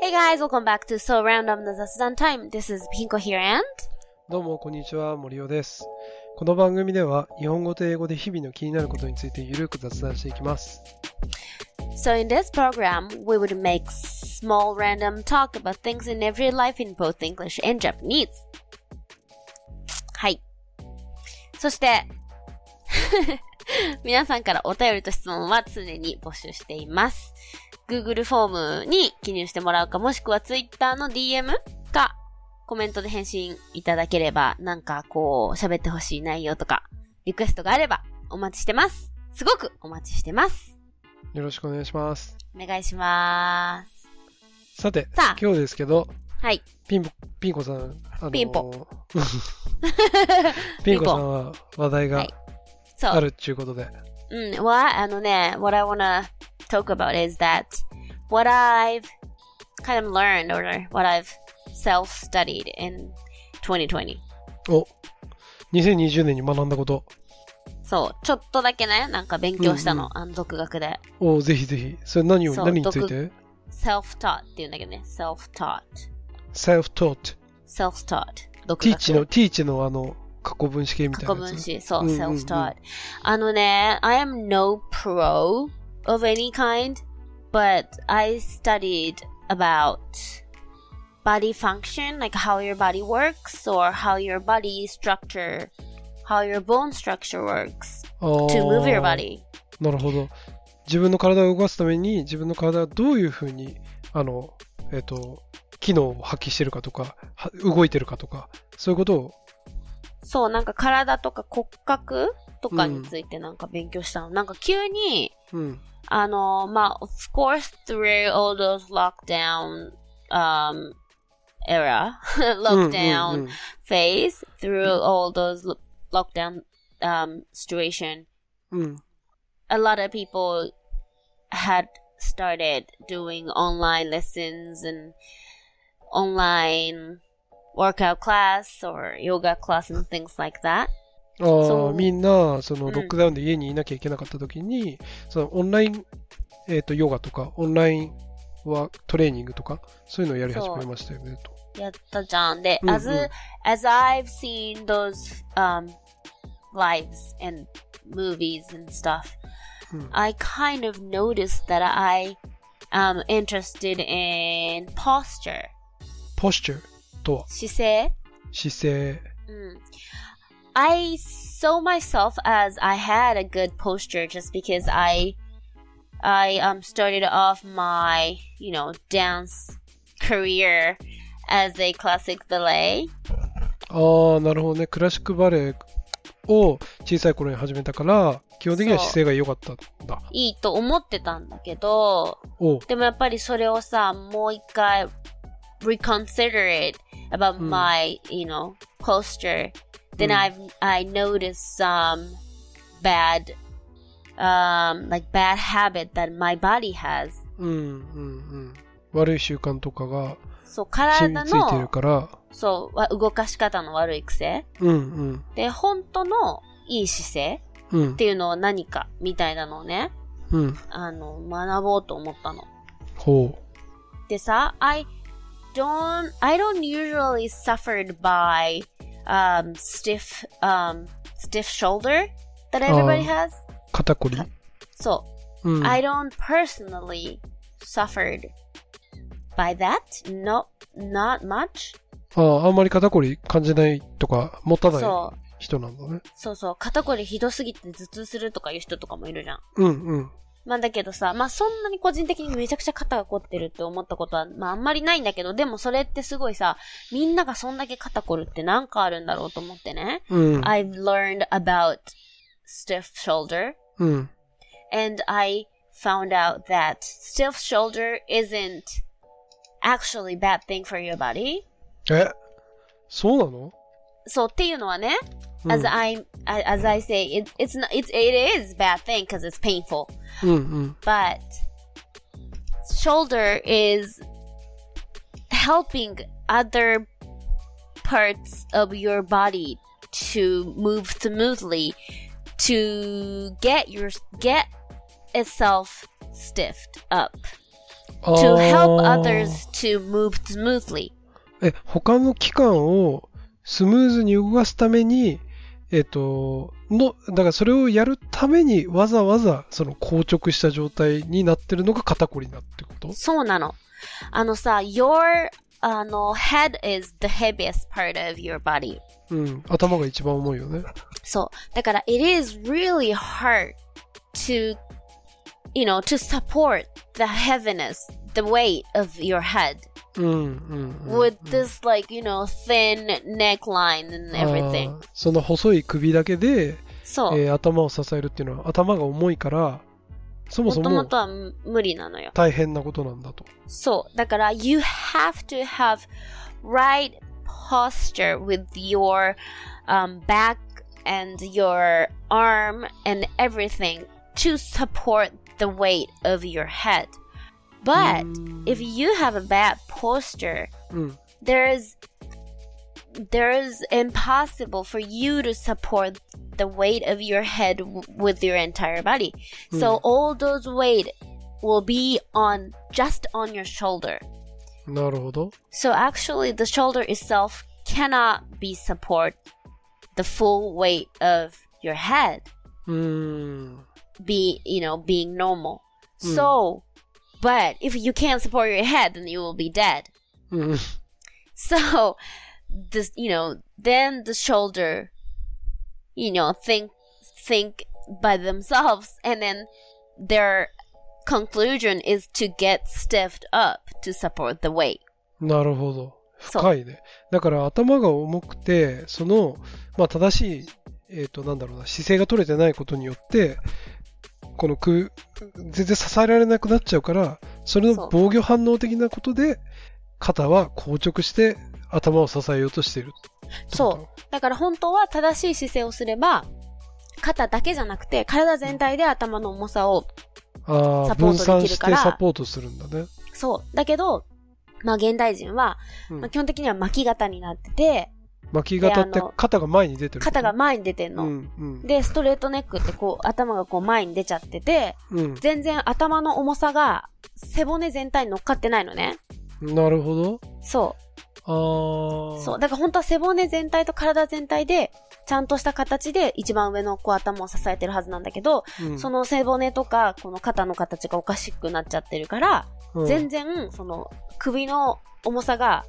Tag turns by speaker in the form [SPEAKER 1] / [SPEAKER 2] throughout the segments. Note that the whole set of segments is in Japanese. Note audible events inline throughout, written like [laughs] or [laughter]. [SPEAKER 1] Hey guys, welcome back to So Random the Zasudan Time. This is Pinko here and
[SPEAKER 2] どうも、こんにちは、森尾です。この番組では、日本語と英語で日々の気になることについてゆるく雑談していきます。
[SPEAKER 1] so in this program we would make small random talk about things in everyday life in both English and Japanese. はい。そして、 [laughs] 皆さんからお便りと質問は常に募集しています。Google フォームに記入してもらうか、もしくは Twitter の DM か、コメントで返信いただければ、なんかこう、喋ってほしい内容とか、リクエストがあれば、お待ちしてます。すごくお待ちしてます。
[SPEAKER 2] よろしくお願いします。
[SPEAKER 1] お願いします。
[SPEAKER 2] さて、
[SPEAKER 1] さあ
[SPEAKER 2] 今日ですけど、
[SPEAKER 1] はい。
[SPEAKER 2] ピンポ、ピンコさん、あの
[SPEAKER 1] ピンポ。
[SPEAKER 2] [laughs] ピンコさんは話題
[SPEAKER 1] は
[SPEAKER 2] が
[SPEAKER 1] いそ
[SPEAKER 2] あ
[SPEAKER 1] う。
[SPEAKER 2] るっていうことで。
[SPEAKER 1] うん。わ、あのね、what I wanna talk about is that what I've kind of learned or what I've self-studied in 2020.
[SPEAKER 2] お、2020年に学んだこと。
[SPEAKER 1] そう。ちょっとだけね、なんか勉強したの。あの、独学で。
[SPEAKER 2] お、ぜひぜひ。それ何を、
[SPEAKER 1] そう
[SPEAKER 2] 何について
[SPEAKER 1] self-taught って言うんだけどね。self-taught。
[SPEAKER 2] ?self-taught。
[SPEAKER 1] self-taught. 独学。
[SPEAKER 2] teach の、teach のあの、過去分詞形みたい
[SPEAKER 1] 過去
[SPEAKER 2] なや
[SPEAKER 1] 分
[SPEAKER 2] つ。
[SPEAKER 1] 詞、そう、
[SPEAKER 2] うんうんうん
[SPEAKER 1] self-taught。あのね、I am no pro of any kind, but I studied about body function, like how your body works or how your body structure, how your bone structure works
[SPEAKER 2] あー
[SPEAKER 1] to move your body.
[SPEAKER 2] なるほど。自分の体を動かすために、自分の体はどういうふうに、あの、えっ、と、機能を発揮してるかとか、は動いてるかとか、そういうことを、
[SPEAKER 1] そう、なんか体とか骨格とかについてなんか勉強したの。なんか急に、
[SPEAKER 2] うん、
[SPEAKER 1] あの、まあ、of course, through all those lockdown, um, era, [laughs]
[SPEAKER 2] うんうん
[SPEAKER 1] lockdown
[SPEAKER 2] うん
[SPEAKER 1] phase, through all those lo- lockdown, um, situation,
[SPEAKER 2] うん、
[SPEAKER 1] a lot of people had started doing online lessons and online workout class or yoga class and things like that.
[SPEAKER 2] あ
[SPEAKER 1] そう
[SPEAKER 2] あ、みんな、その、
[SPEAKER 1] うん
[SPEAKER 2] ロックダウンで家にいなきゃいけなかった時に、その、オンライン、えっ、と、ヨガとか、オンラインはトレーニングとか、そういうのをやり始めましたよね、と。
[SPEAKER 1] やったじゃん。で、
[SPEAKER 2] うんうん。
[SPEAKER 1] as as I've seen those um lives and movies and stuff,
[SPEAKER 2] うん。
[SPEAKER 1] I kind of noticed that I am interested in posture,
[SPEAKER 2] ポスチャーとは、
[SPEAKER 1] 姿勢。
[SPEAKER 2] 姿勢。
[SPEAKER 1] Mm. I saw myself as I had a good posture just because I I um started off my, you know, dance career as a classic ballet.
[SPEAKER 2] ああ、なるほどね。クラシックバレエを小さい頃に始めたから、基本的には
[SPEAKER 1] そう
[SPEAKER 2] 姿勢が良かったんだ。
[SPEAKER 1] いいと思ってたんだけど、
[SPEAKER 2] おう
[SPEAKER 1] でもやっぱりそれをさ、もう一回、reconsider it about
[SPEAKER 2] うん
[SPEAKER 1] my, you know, posture. Then
[SPEAKER 2] うん
[SPEAKER 1] I've, I noticed some bad, um, like bad habit that my body has.
[SPEAKER 2] うんうんうん。悪い習慣とかが
[SPEAKER 1] そう、
[SPEAKER 2] 染
[SPEAKER 1] 体
[SPEAKER 2] みついてる
[SPEAKER 1] の、
[SPEAKER 2] から、
[SPEAKER 1] そう、わ動かし方の悪い癖。
[SPEAKER 2] うんうん
[SPEAKER 1] で、本当のいい姿勢
[SPEAKER 2] う
[SPEAKER 1] っ
[SPEAKER 2] ん
[SPEAKER 1] ていうのを何かみたいなのをね、
[SPEAKER 2] うん。
[SPEAKER 1] あの、学ぼうと思ったの。
[SPEAKER 2] ほ
[SPEAKER 1] でさ、I don't, I don't usually suffered by um, stiff, um, stiff shoulder that everybody has.
[SPEAKER 2] あーう。肩こり。
[SPEAKER 1] So
[SPEAKER 2] うん。
[SPEAKER 1] I don't personally suffered by that. No, not much.
[SPEAKER 2] ああ、あんまり肩こり感じないとか、持たない
[SPEAKER 1] そう。
[SPEAKER 2] 人なんだね。
[SPEAKER 1] そうそう。肩こりひどすぎて頭痛するとかいう人とかもいるじゃん。
[SPEAKER 2] うんうん。
[SPEAKER 1] まあだけどさ、まあそんなに個人的にめちゃくちゃ肩が凝ってるって思ったことは、まああんまりないんだけど、でもそれってすごいさ、みんながそんだけ肩凝るってなんかあるんだろうと思ってね。
[SPEAKER 2] うん。
[SPEAKER 1] I've learned about stiff shoulder
[SPEAKER 2] うん。
[SPEAKER 1] and I found out that stiff shoulder isn't actually bad thing for your body.
[SPEAKER 2] えそうなの
[SPEAKER 1] そうっていうのはね、
[SPEAKER 2] うん
[SPEAKER 1] as I as I say it, it's not it's it is bad thing because it's painful.
[SPEAKER 2] うんうん。
[SPEAKER 1] but shoulder is helping other parts of your body to move smoothly to get your get itself stiffed up to
[SPEAKER 2] あ
[SPEAKER 1] help
[SPEAKER 2] ー
[SPEAKER 1] others to move smoothly.
[SPEAKER 2] え、他の機関をスムーズに動かすために、えっと、の、だからそれをやるためにわざわざその硬直した状態になってるのが肩こりなってこと
[SPEAKER 1] そうなの。あのさ、your, あの、head is the heaviest part of your body.
[SPEAKER 2] うん。頭が一番重いよね。
[SPEAKER 1] そう。だから、it is really hard to, you know, to support the heaviness, the weight of your head
[SPEAKER 2] うん、うんうん。
[SPEAKER 1] with this, like, you know, thin neckline and
[SPEAKER 2] あー
[SPEAKER 1] everything.
[SPEAKER 2] その細い首だけで、
[SPEAKER 1] そう。
[SPEAKER 2] えー頭を支えるっていうのは頭が重いから、そも
[SPEAKER 1] も
[SPEAKER 2] そ
[SPEAKER 1] とも
[SPEAKER 2] も
[SPEAKER 1] とは無理なのよ。
[SPEAKER 2] 大変なことなんだと。
[SPEAKER 1] そう。だから、you have to have right posture with your、um, back and your arm and everything to support the weight of your head. But
[SPEAKER 2] Mm.
[SPEAKER 1] if you have a bad posture,
[SPEAKER 2] うん。
[SPEAKER 1] there is there is impossible for you to support the weight of your head w- with your entire body. So all those weight will be on just on your shoulder.
[SPEAKER 2] なるほど。
[SPEAKER 1] So actually the shoulder itself cannot be support the full weight of your head
[SPEAKER 2] うーん。
[SPEAKER 1] be you know being normal. So but if you can't support your head then you will be dead.
[SPEAKER 2] うん。
[SPEAKER 1] So, this, you know, then the shoulder, you know, think, think by themselves, and then their conclusion is to get stiffed up to support the weight.
[SPEAKER 2] なるほど。
[SPEAKER 1] そう
[SPEAKER 2] 深いね。だから頭が重くて、その、まあ、正しい、えっ、と、なんだろうな、姿勢が取れてないことによって、この空、全然支えられなくなっちゃうから、それ
[SPEAKER 1] そ
[SPEAKER 2] の
[SPEAKER 1] う
[SPEAKER 2] 防御反応的なことで、肩は硬直して頭を支えようとしている。
[SPEAKER 1] そう。だから本当は正しい姿勢をすれば、肩だけじゃなくて、体全体で頭の重さを、
[SPEAKER 2] ああ、
[SPEAKER 1] サポート
[SPEAKER 2] 分
[SPEAKER 1] できるから
[SPEAKER 2] 散してサポートするんだね。
[SPEAKER 1] そう。だけど、まあ現代人は、
[SPEAKER 2] うん
[SPEAKER 1] まあ基本的には巻き型になってて、
[SPEAKER 2] 巻き型っ
[SPEAKER 1] で
[SPEAKER 2] て
[SPEAKER 1] あの
[SPEAKER 2] 肩が前に出てる。
[SPEAKER 1] 肩が前に出てん
[SPEAKER 2] う
[SPEAKER 1] の。
[SPEAKER 2] ん、うん。
[SPEAKER 1] で、ストレートネックってこう、頭がこう前に出ちゃってて、
[SPEAKER 2] うん。
[SPEAKER 1] 全然頭の重さが背骨全体に乗っかってないのね。
[SPEAKER 2] なるほ
[SPEAKER 1] そ
[SPEAKER 2] ど。あ
[SPEAKER 1] う。
[SPEAKER 2] あ。
[SPEAKER 1] そう。だから本当は背骨全体と体全体で、ちゃんとした形で一番上のこう頭を支えてるはずなんだけど、
[SPEAKER 2] うん
[SPEAKER 1] その背骨とか、この肩の形がおかしくなっちゃってるから、
[SPEAKER 2] うん
[SPEAKER 1] 全然、その、首の重さが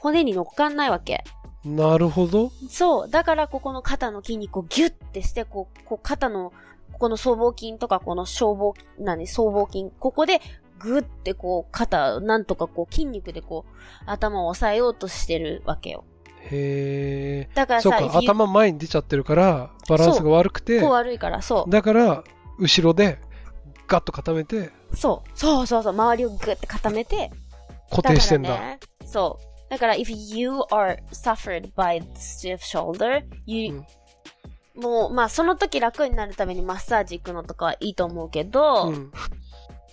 [SPEAKER 1] 骨に乗っかんないわけ。
[SPEAKER 2] なるほど。
[SPEAKER 1] そう。だから、ここの肩の筋肉をギュッてして、こう、こう肩の、ここの僧帽筋とか、この小房、何、僧帽筋、ここで、グッてこう、肩、なんとかこう、筋肉でこう、頭を押さえようとしてるわけよ。
[SPEAKER 2] へ
[SPEAKER 1] だか
[SPEAKER 2] え。
[SPEAKER 1] ら
[SPEAKER 2] そう
[SPEAKER 1] さ、
[SPEAKER 2] か、
[SPEAKER 1] if you-
[SPEAKER 2] 頭前に出ちゃってるから、バランスが悪くて
[SPEAKER 1] こう、悪いから、そ
[SPEAKER 2] だから、後ろで、ガッと固めて、
[SPEAKER 1] う。そう。そうそうそう。周りをグッて固めて、
[SPEAKER 2] 固
[SPEAKER 1] だ
[SPEAKER 2] 定し
[SPEAKER 1] か
[SPEAKER 2] て
[SPEAKER 1] ら
[SPEAKER 2] んだ。
[SPEAKER 1] ね。そう。だから、if you are suffered by stiff shoulder, you, もう、まあ、その時楽になるためにマッサージ行くのとかはいいと思うけど、
[SPEAKER 2] うん。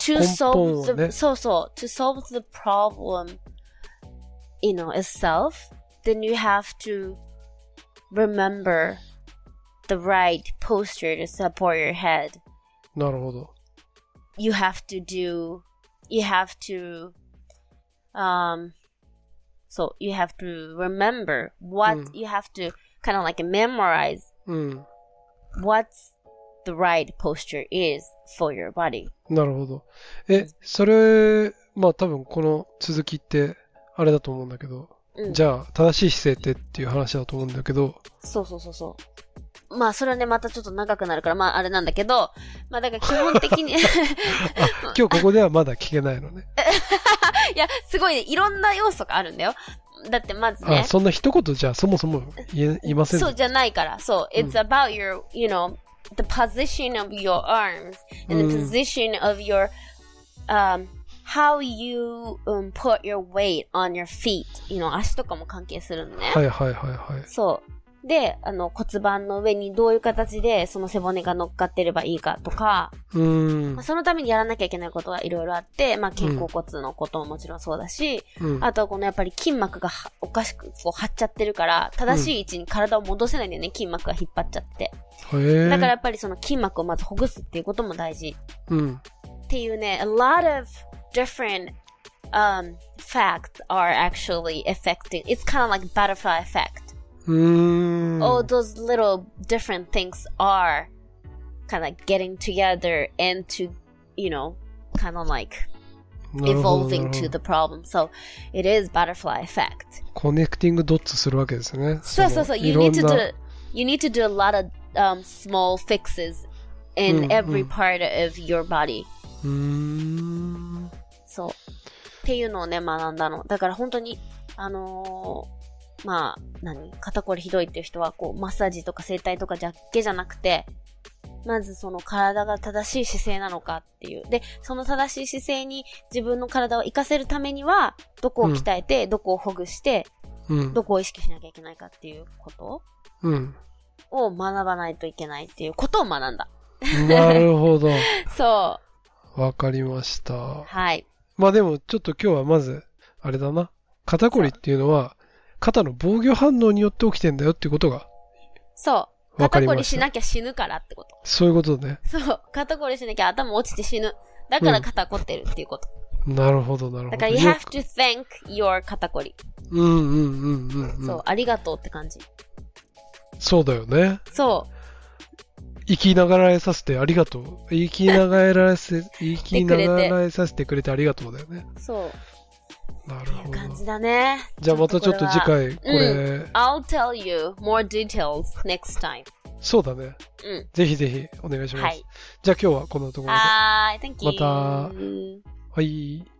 [SPEAKER 1] to
[SPEAKER 2] 根本
[SPEAKER 1] solve
[SPEAKER 2] を
[SPEAKER 1] the、
[SPEAKER 2] ね
[SPEAKER 1] そうそう、to solve the problem, you know, itself, then you have to remember the right posture to support your head.
[SPEAKER 2] なるほど。
[SPEAKER 1] You have to do, you have to, um, so you have to remember what
[SPEAKER 2] うん
[SPEAKER 1] you have to kind of like memorize
[SPEAKER 2] うん。
[SPEAKER 1] what's the right posture is for your body.
[SPEAKER 2] なるほど。え、それ、まあ多分この続きって、あれだと思うんだけど、
[SPEAKER 1] うん
[SPEAKER 2] じゃあ、正しい姿勢ってっていう話だと思うんだけど、 [laughs]
[SPEAKER 1] そうそうそうそう。まあ、それはね、またちょっと長くなるから、まあ、あれなんだけど、まあ、だから基本的
[SPEAKER 2] [laughs]
[SPEAKER 1] に、い
[SPEAKER 2] あ、今日ここではまだ聞けないのね。
[SPEAKER 1] や、すごいね、いろんな要素があるんだよ。だって、まず
[SPEAKER 2] あ、
[SPEAKER 1] ね、
[SPEAKER 2] そんな一言じゃそもそも言え、言いません
[SPEAKER 1] そうじゃないから、そう、it's about your, you know, the position of your arms and the
[SPEAKER 2] うん
[SPEAKER 1] position of your, um, how you um, put your weight on your feet, you know, 足とかも関係するのね。
[SPEAKER 2] はいはいはいはい。
[SPEAKER 1] そう。で、あの骨盤の上にどういう形でその背骨が乗っかってればいいかとか、
[SPEAKER 2] うーん
[SPEAKER 1] まあ、。そのためにやらなきゃいけないことはいろいろあって、まあ、肩甲骨のことももちろんそうだし、
[SPEAKER 2] うん
[SPEAKER 1] あとはこのやっぱり筋膜がはおかしくこう張っちゃってるから、正しい位置に体を戻せないんだよね、筋膜が引っ張っちゃってて。
[SPEAKER 2] へえ。
[SPEAKER 1] だからやっぱりその筋膜をまずほぐすっていうことも大事
[SPEAKER 2] うん。
[SPEAKER 1] っていうね、a lot of different um, facts are actually affecting. It's kind of like butterfly effect.
[SPEAKER 2] うーん。
[SPEAKER 1] All those little different things are kind of like getting together and to, you know, kind of like
[SPEAKER 2] なるほど
[SPEAKER 1] evolving
[SPEAKER 2] なるほ
[SPEAKER 1] to
[SPEAKER 2] ど
[SPEAKER 1] the problem. So it is butterfly effect.
[SPEAKER 2] コネクティングドッツするわけですね。
[SPEAKER 1] So
[SPEAKER 2] の
[SPEAKER 1] so so
[SPEAKER 2] い
[SPEAKER 1] you
[SPEAKER 2] ろん
[SPEAKER 1] need to
[SPEAKER 2] な
[SPEAKER 1] do you need to do a lot of um, small fixes in
[SPEAKER 2] Mm,
[SPEAKER 1] every
[SPEAKER 2] mm.
[SPEAKER 1] part of your body.
[SPEAKER 2] うーん。
[SPEAKER 1] そう。っていうのをね、学んだの。だから本当に、あのーまあ、何肩こりひどいっていう人は、こう、マッサージとか整体とかだけじゃなくて、まずその体が正しい姿勢なのかっていう。で、その正しい姿勢に自分の体を活かせるためには、どこを鍛えて、どこをほぐして、
[SPEAKER 2] うん。
[SPEAKER 1] どこを意識しなきゃいけないかっていうこと
[SPEAKER 2] うん。
[SPEAKER 1] を学ばないといけないっていうことを学んだ。
[SPEAKER 2] なるほ
[SPEAKER 1] [laughs]
[SPEAKER 2] ど。
[SPEAKER 1] そ
[SPEAKER 2] わかりまし
[SPEAKER 1] う。
[SPEAKER 2] た。
[SPEAKER 1] はい。
[SPEAKER 2] まあでも、ちょっと今日はまず、あれだな。肩こりっていうのは、肩の防御反応によって起きてんだよっていうことが、
[SPEAKER 1] そう。
[SPEAKER 2] わ
[SPEAKER 1] 肩
[SPEAKER 2] かり
[SPEAKER 1] こ
[SPEAKER 2] ま
[SPEAKER 1] り
[SPEAKER 2] し。
[SPEAKER 1] したなきゃ死ぬからってこと。
[SPEAKER 2] そういうことね。
[SPEAKER 1] そう。肩こりしなきゃ頭落ちて死ぬ。だから
[SPEAKER 2] うん
[SPEAKER 1] 肩こってるっていうこと。
[SPEAKER 2] なるほど、なるほど。
[SPEAKER 1] だから、you
[SPEAKER 2] よ
[SPEAKER 1] have to thank your 肩こり。
[SPEAKER 2] うんうんうんうん、うん
[SPEAKER 1] そう。ありがとうって感じ。
[SPEAKER 2] そうだよね。
[SPEAKER 1] そ
[SPEAKER 2] 生きながらえさせてありがとう。生きながら
[SPEAKER 1] [laughs]
[SPEAKER 2] えせ、生きながらえさせてくれてありがとうだよね。
[SPEAKER 1] う。そう。
[SPEAKER 2] なる
[SPEAKER 1] ってい
[SPEAKER 2] ほ
[SPEAKER 1] う
[SPEAKER 2] ど。
[SPEAKER 1] 感じだね。
[SPEAKER 2] じゃあまたちょっと次
[SPEAKER 1] これは。
[SPEAKER 2] 回、これ、
[SPEAKER 1] I'll tell you more details next time.
[SPEAKER 2] そうだね。
[SPEAKER 1] う
[SPEAKER 2] ぜひぜひお願いし
[SPEAKER 1] ん。
[SPEAKER 2] ま
[SPEAKER 1] は
[SPEAKER 2] す。
[SPEAKER 1] い。
[SPEAKER 2] じゃあ今日はこんなところで。
[SPEAKER 1] はーい。Thank you.
[SPEAKER 2] またはい。